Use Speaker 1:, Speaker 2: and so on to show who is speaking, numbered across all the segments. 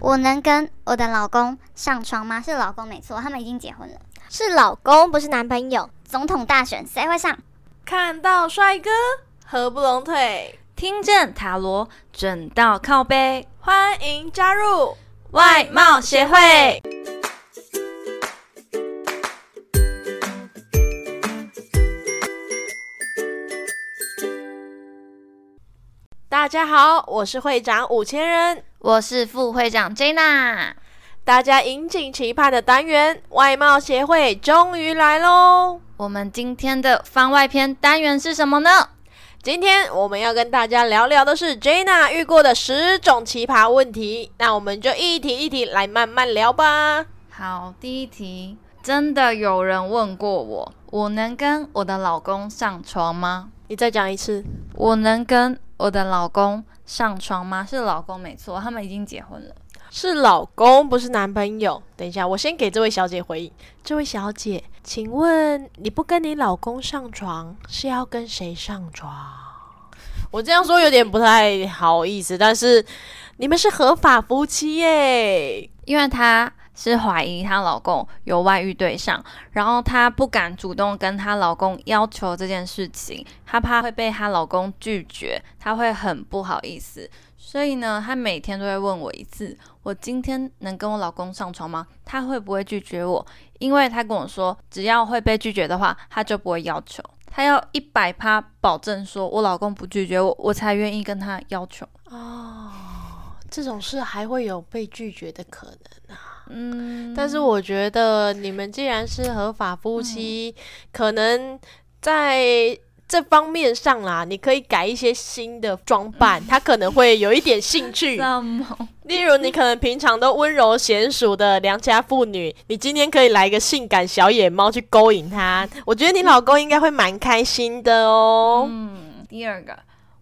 Speaker 1: 我能跟我的老公上床吗？是老公没错，他们已经结婚了。
Speaker 2: 是老公，不是男朋友。
Speaker 1: 总统大选谁会上？
Speaker 3: 看到帅哥合不拢腿，
Speaker 4: 听见塔罗，准到靠背，
Speaker 3: 欢迎加入
Speaker 4: 外貌协会。
Speaker 3: 大家好，我是会长五千人，
Speaker 4: 我是副会长 Jenna。
Speaker 3: 大家引颈期盼的单元——外貌协会终于来喽！
Speaker 4: 我们今天的番外篇单元是什么呢？
Speaker 3: 今天我们要跟大家聊聊的是 Jenna 遇过的十种奇葩问题，那我们就一题一题来慢慢聊吧。
Speaker 4: 好，第一题，真的有人问过我，我能跟我的老公上床吗？
Speaker 3: 你再讲一次，
Speaker 4: 我能跟我的老公上床吗？是老公没错，他们已经结婚了。
Speaker 3: 是老公不是男朋友。等一下，我先给这位小姐回应。这位小姐，请问你不跟你老公上床是要跟谁上床？我这样说有点不太好意思，但是你们是合法夫妻耶。
Speaker 4: 因为她是怀疑她老公有外遇对象，然后她不敢主动跟她老公要求这件事情，她怕会被她老公拒绝，她会很不好意思。所以呢，她每天都会问我一次：我今天能跟我老公上床吗？他会不会拒绝我？因为她跟我说，只要会被拒绝的话，她就不会要求。她要一百趴保证说，我老公不拒绝我，我才愿意跟他要求。
Speaker 3: 哦，这种事还会有被拒绝的可能啊。
Speaker 4: 嗯，
Speaker 3: 但是我觉得你们既然是合法夫妻，可能在这方面上啦，你可以改一些新的装扮，
Speaker 4: 嗯
Speaker 3: 他可能会有一点兴趣。
Speaker 4: 这么
Speaker 3: 例如，你可能平常都温柔娴熟的良家妇女，你今天可以来一个性感小野猫去勾引他，我觉得你老公应该会蛮开心的哦。
Speaker 4: 嗯，第二个，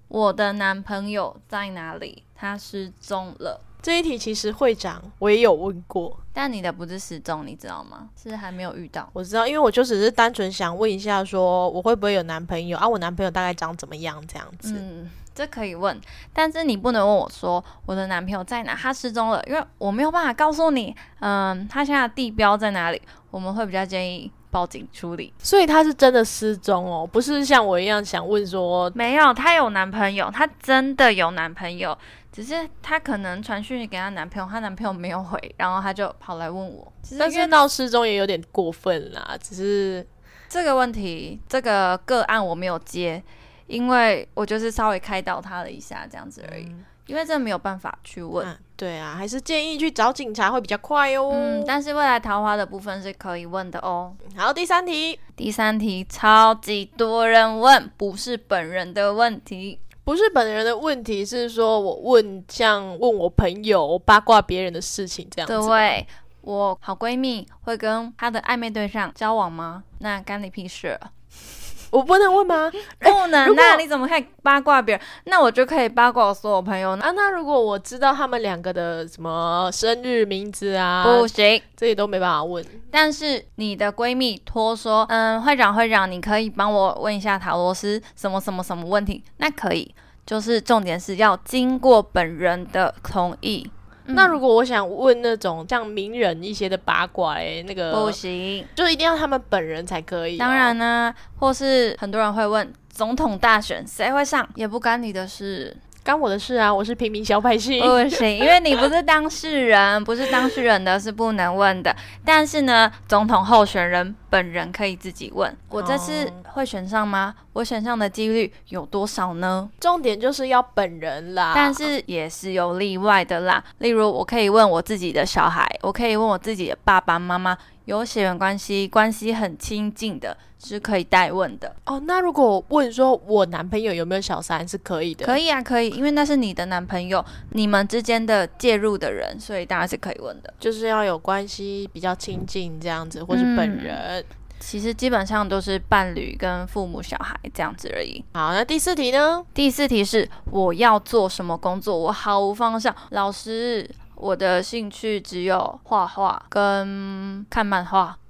Speaker 4: 我的男朋友在哪里？他失踪了。
Speaker 3: 这一题其实会长我也有问过，
Speaker 4: 但你的不是失踪，你知道吗？是还没有遇到。
Speaker 3: 我知道，因为我就只是单纯想问一下，说我会不会有男朋友啊？我男朋友大概长怎么样这样子？
Speaker 4: 嗯，这可以问，但是你不能问我说我的男朋友在哪，他失踪了，因为我没有办法告诉你，嗯，他现在的地标在哪里。我们会比较建议报警处理。
Speaker 3: 所以他是真的失踪哦，不是像我一样想问说，
Speaker 4: 没有，她有男朋友，她真的有男朋友，只是她可能传讯息给她男朋友，她男朋友没有回，然后她就跑来问我。其实
Speaker 3: 但
Speaker 4: 因为
Speaker 3: 是闹失踪也有点过分啦，只是
Speaker 4: 这个问题，这个个案我没有接，因为我就是稍微开导他了一下这样子而已，
Speaker 3: 嗯
Speaker 4: 因为这没有办法去问。
Speaker 3: 啊对啊，还是建议去找警察会比较快哦。
Speaker 4: 嗯，但是未来桃花的部分是可以问的哦。
Speaker 3: 好，第三题
Speaker 4: 第三题，超级多人问，不是本人的问题。
Speaker 3: 不是本人的问题，是说我问像问我朋友我八卦别人的事情这样子。
Speaker 4: 对，我好闺蜜会跟她的暧昧对象交往吗？那干你 屁事啊！
Speaker 3: 我不能问吗？
Speaker 4: 不能
Speaker 3: 如果
Speaker 4: 那你怎么可以八卦别人？那我就可以八卦我所有朋友呢？
Speaker 3: 啊，那如果我知道他们两个的什么生日、名字啊，
Speaker 4: 不行。
Speaker 3: 这些都没办法问。
Speaker 4: 但是你的闺蜜托说，嗯，会长会长，你可以帮我问一下塔罗斯什么什么什么问题？那可以，就是重点是要经过本人的同意。嗯
Speaker 3: 那如果我想问那种像名人一些的八卦、欸，那个
Speaker 4: 不行，
Speaker 3: 就一定要他们本人才可以、哦
Speaker 4: 当然，呢、或是很多人会问总统大选谁会上，也不干你的事，
Speaker 3: 干我的事啊，我是平民小百姓。
Speaker 4: 不行，因为你不是当事人，啊不是当事人的是不能问的。但是呢，总统候选人本人可以自己问。我这次
Speaker 3: 哦
Speaker 4: 会选上吗？我选上的几率有多少呢？
Speaker 3: 重点就是要本人啦。
Speaker 4: 但是也是有例外的啦。例如，我可以问我自己的小孩，我可以问我自己的爸爸妈妈，有血缘关系、关系很亲近的是可以代问的，
Speaker 3: 哦，那如果问说我男朋友有没有小三是可以的，
Speaker 4: 可
Speaker 3: 以。
Speaker 4: 以啊，可以，因为那是你的男朋友，你们之间的介入的人，所以当然是可以问的。
Speaker 3: 就是要有关系比较亲近这样子，或是
Speaker 4: 嗯
Speaker 3: 本人。
Speaker 4: 其实基本上都是伴侣跟父母、小孩这样子而已。
Speaker 3: 好，那第四题呢？
Speaker 4: 第四题是我要做什么工作？我毫无方向。老师，我的兴趣只有画画跟看漫画。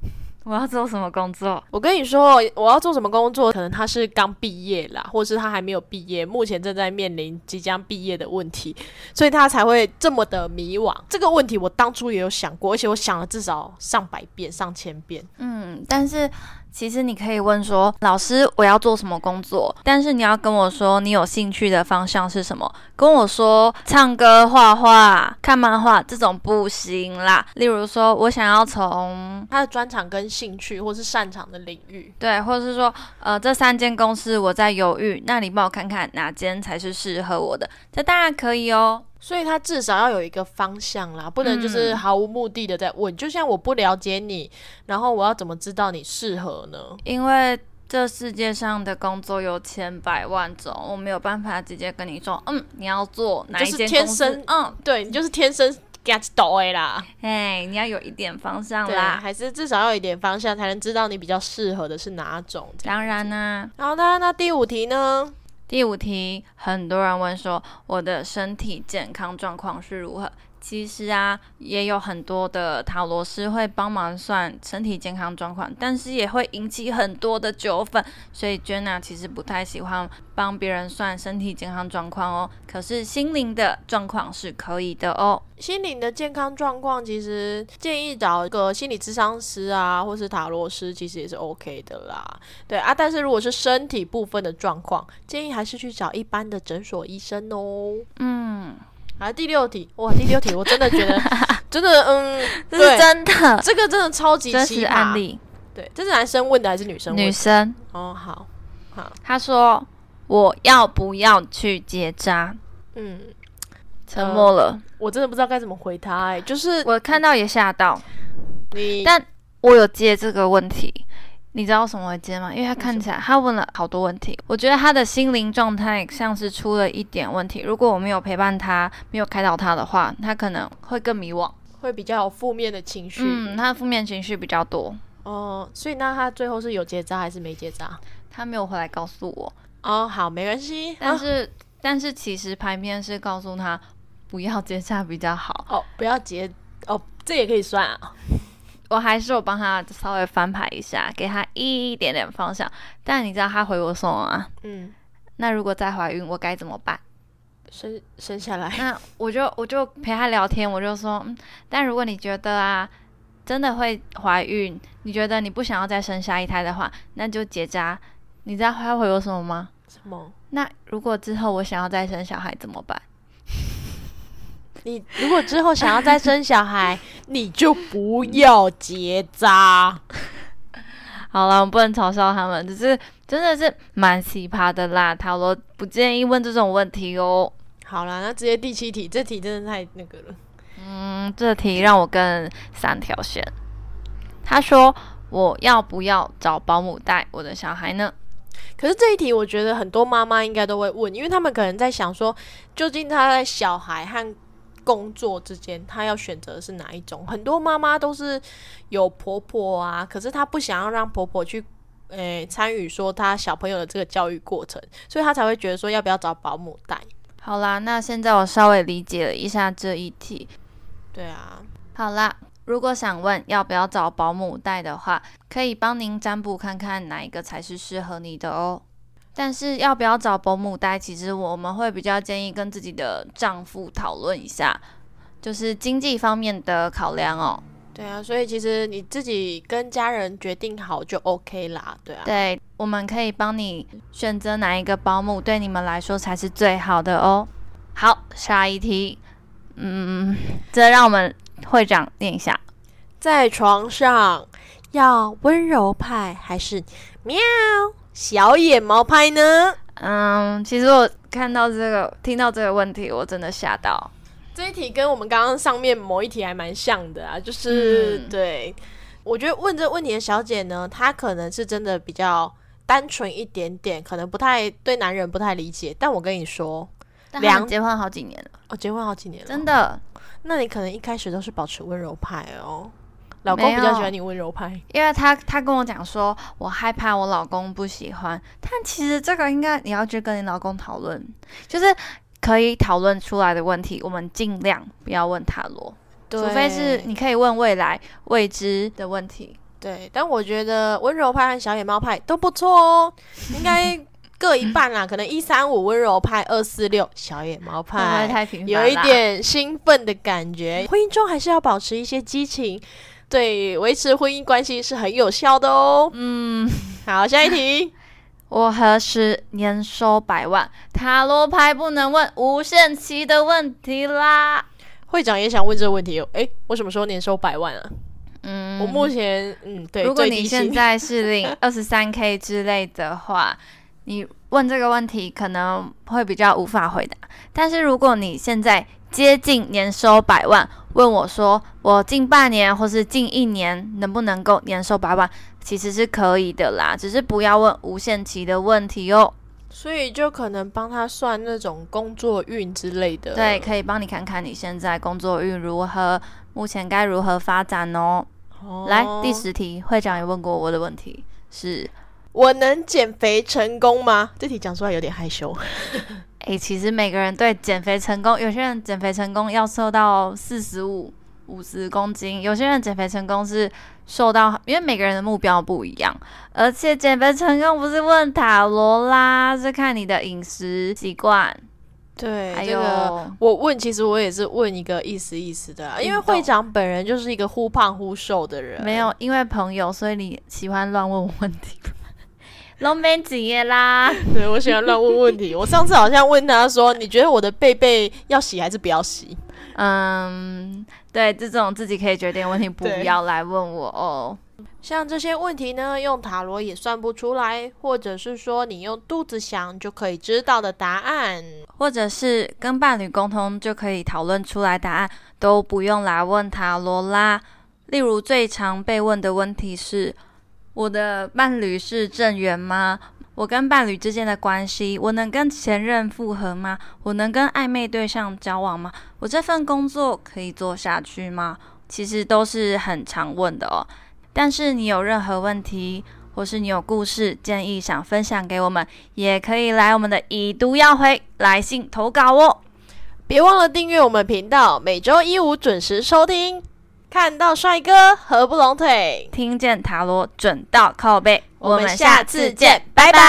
Speaker 4: 我要做什么工作？
Speaker 3: 我跟你说，我要做什么工作？可能他是刚毕业啦，或是他还没有毕业，目前正在面临即将毕业的问题，所以他才会这么的迷惘。这个问题我当初也有想过，而且我想了至少上百遍、上千遍。
Speaker 4: 嗯，但是其实你可以问说，老师我要做什么工作？但是你要跟我说你有兴趣的方向是什么，跟我说唱歌、画画、看漫画这种不行啦。例如说我想要从
Speaker 3: 他的专长跟兴趣，或是擅长的领域，
Speaker 4: 对，或者是说呃这三间公司我在犹豫，那你帮我看看哪间才是适合我的，这当然可以哦。
Speaker 3: 所以他至少要有一个方向啦，不能就是
Speaker 4: 嗯
Speaker 3: 毫无目的的在问。就像我不了解你，然后我要怎么知道你适合呢？
Speaker 4: 因为这世界上的工作有千百万种，我没有办法直接跟你说，嗯，你要做哪一
Speaker 3: 就是
Speaker 4: 间
Speaker 3: 天
Speaker 4: 公司
Speaker 3: 生
Speaker 4: 嗯，
Speaker 3: 对你就是天生 get 到的啦。
Speaker 4: 哎，你要有一点方向
Speaker 3: 对，
Speaker 4: 啦。
Speaker 3: 还是至少要有一点方向，才能知道你比较适合的是哪种。这样
Speaker 4: 当然啦、
Speaker 3: 好的，那第五题呢？
Speaker 4: 第五题，很多人问说我的身体健康状况是如何？其实啊，也有很多的塔罗师会帮忙算身体健康状况，但是也会引起很多的纠纷。所以 Jenna 其实不太喜欢帮别人算身体健康状况哦，可是心灵的状况是可以的哦。
Speaker 3: 心灵的健康状况，其实建议找一个心理咨商师啊，或是塔罗师，其实也是 OK 的啦。对啊，但是如果是身体部分的状况，建议还是去找一般的诊所医生哦。
Speaker 4: 嗯，
Speaker 3: 好，第六题，哇，第六题，我真的觉 得，真的，嗯，
Speaker 4: 这是
Speaker 3: 对，
Speaker 4: 真的，
Speaker 3: 这个真的超级
Speaker 4: 真
Speaker 3: 奇
Speaker 4: 实
Speaker 3: 葩
Speaker 4: 案。例。
Speaker 3: 对，这是男生问的还是女生问
Speaker 4: 女
Speaker 3: 的？
Speaker 4: 生，
Speaker 3: 哦，好，好，
Speaker 4: 她说我要不要去结扎？
Speaker 3: 嗯。
Speaker 4: 沉默了，
Speaker 3: 我真的不知道该怎么回他、哎，就是
Speaker 4: 呃我看到也吓到，
Speaker 3: 你
Speaker 4: 但我有接这个问题。你知道为什么会接吗？因为他看起来，他问了好多问题，我觉得他的心灵状态像是出了一点问题。如果我没有陪伴他，没有开导他的话，他可能会更迷惘。
Speaker 3: 会比较有负面的情绪，
Speaker 4: 嗯，他的负面情绪比较多。
Speaker 3: 哦、所以那他最后是有结扎还是没结扎？
Speaker 4: 他没有回来告诉我，
Speaker 3: 哦，好，没关系，
Speaker 4: 但
Speaker 3: 啊
Speaker 4: 是、但是其实牌面是告诉他不要接洽比较好。
Speaker 3: 哦，不要结，哦，这也可以算啊，
Speaker 4: 我还是有帮他稍微翻牌一下，给他一点点方向。但你知道他回我什么吗？
Speaker 3: 嗯，
Speaker 4: 那如果再怀孕，我该怎么办？
Speaker 3: 生生下来，
Speaker 4: 那我就我就陪他聊天，我就说，嗯，但如果你觉得啊，真的会怀孕，你觉得你不想要再生下一胎的话，那就结扎。你知道他回我什么吗？
Speaker 3: 什么？
Speaker 4: 那如果之后我想要再生小孩怎么办？
Speaker 3: 你如果之后想要再生小 孩，你就不要结扎。
Speaker 4: 好了，我们不能嘲笑他们，只是真的是蛮奇葩的啦。塔罗不建议问这种问题哦。
Speaker 3: 好啦，那直接第七题，这题真的太那个了。
Speaker 4: 嗯，这题让我更三条线。他说：“我要不要找保姆带我的小孩呢
Speaker 3: 可是这一题，我觉得很多妈妈应该都会问，因为他们可能在想说，究竟他在小孩和工作之间，他要选择的是哪一种？很多妈妈都是有婆婆啊，可是她不想要让婆婆去。诶，参与说她小朋友的这个教育过程，所以她才会觉得说要不要找保姆带？？”
Speaker 4: 好啦，那现在我稍微理解了一下这一题。
Speaker 3: 对啊，
Speaker 4: 好啦，如果想问要不要找保姆带的话，可以帮您占卜看看哪一个才是适合你的哦。但是要不要找保姆带，其实我们会比较建议跟自己的丈夫讨论一下，就是经济方面的考量哦。
Speaker 3: 对啊，所以其实你自己跟家人决定好就 OK 啦，对啊，
Speaker 4: 对，我们可以帮你选择哪一个保姆对你们来说才是最好的哦。好，下一题，嗯，这让我们会长念一下。
Speaker 3: 在床上要温柔派还是喵小野猫派呢？
Speaker 4: 嗯，其实我看到这个，听到这个问题，我真的吓到。
Speaker 3: 这一题跟我们刚刚上面某一题还蛮像的啊，就是、
Speaker 4: 嗯
Speaker 3: 对，我觉得问这问题的小姐呢，她可能是真的比较单纯一点点，可能不太对男人不太理解。但我跟你说，
Speaker 4: 但
Speaker 3: 两
Speaker 4: 他们结婚好几年了，啊
Speaker 3: 我、结婚好几年了，
Speaker 4: 真的，
Speaker 3: 那你可能一开始都是保持温柔派哦，老公比较喜欢你温柔派。
Speaker 4: 因为他他跟我讲说，我害怕我老公不喜欢，但其实这个应该你要去跟你老公讨论，就是可以讨论出来的问题，我们尽量不要问塔罗。除非是
Speaker 3: 对
Speaker 4: 你可以问未来未知的问题。
Speaker 3: 对，但我觉得温柔派和小野猫派都不错哦，应该各一半啦，可能一三五温柔派，二四六小野猫
Speaker 4: 会不会
Speaker 3: 派，
Speaker 4: 太频繁
Speaker 3: 有一
Speaker 4: 啦
Speaker 3: 点兴奋的感觉。婚姻中还是要保持一些激情，对维持婚姻关系是很有效的哦。
Speaker 4: 嗯，
Speaker 3: 好，下一题，
Speaker 4: 我何时年收百万？塔罗牌不能问无限期的问题啦。
Speaker 3: 会长也想问这个问题哦。诶，我什么时候年收百万啊？
Speaker 4: 嗯，
Speaker 3: 我目前嗯，对，
Speaker 4: 如果
Speaker 3: 最
Speaker 4: 你
Speaker 3: 低
Speaker 4: 现
Speaker 3: 薪
Speaker 4: 在是领 二十三 k 之类的话，你问这个问题可能会比较无法回答。但是如果你现在接近年收百万，问我说我近半年或是近一年能不能够年收百万，其实是可以的啦，只是不要问无限期的问题哦。
Speaker 3: 所以就可能帮他算那种工作运之类的。
Speaker 4: 对，可以帮你看看你现在工作运如何，目前该如何发展哦。
Speaker 3: 哦
Speaker 4: 来，第，十题，会长也问过我的问题是。
Speaker 3: 我能减肥成功吗？这题讲出来有点害羞。
Speaker 4: 诶，哎其实每个人对减肥成功，有些人减肥成功要瘦到四十五、五十公斤，有些人减肥成功是瘦到，因为每个人的目标不一样，而且减肥成功不是问塔罗啦，是看你的饮食习惯，
Speaker 3: 对
Speaker 4: 还
Speaker 3: 这
Speaker 4: 有、
Speaker 3: 个我问，其实我也是问一个意思意思的啊，因为
Speaker 4: 运动
Speaker 3: 会长本人就是一个忽胖忽瘦的人。
Speaker 4: 没有，因为朋友，所以你喜欢乱问我问题。龙门几 页啦？
Speaker 3: 对我喜欢乱问问题。 我上次好像问他说：“你觉得我的背背要洗还是不要洗
Speaker 4: 嗯，对，这种自己可以决定的问题，不
Speaker 3: 对
Speaker 4: 要来问我哦。？”
Speaker 3: 像这些问题呢，用塔罗也算不出来，或者是说你用肚子想就可以知道的答案。
Speaker 4: 或者是跟伴侣沟通就可以讨论出来答案，都不用来问塔罗啦。例如最常被问的问题是：我的伴侣是正缘吗？我跟伴侣之间的关系，我能跟前任复合吗？我能跟暧昧对象交往吗？我这份工作可以做下去吗？其实都是很常问的哦。但是你有任何问题，或是你有故事建议想分享给我们，也可以来我们的已读要回来信投稿哦。
Speaker 3: 别忘了订阅我们频道，每周一五准时收听。看到帅哥合不拢腿，
Speaker 4: 听见塔罗准到靠背，
Speaker 3: 我们下次见，拜
Speaker 4: 拜拜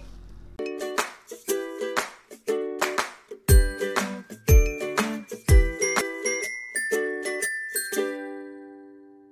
Speaker 3: 拜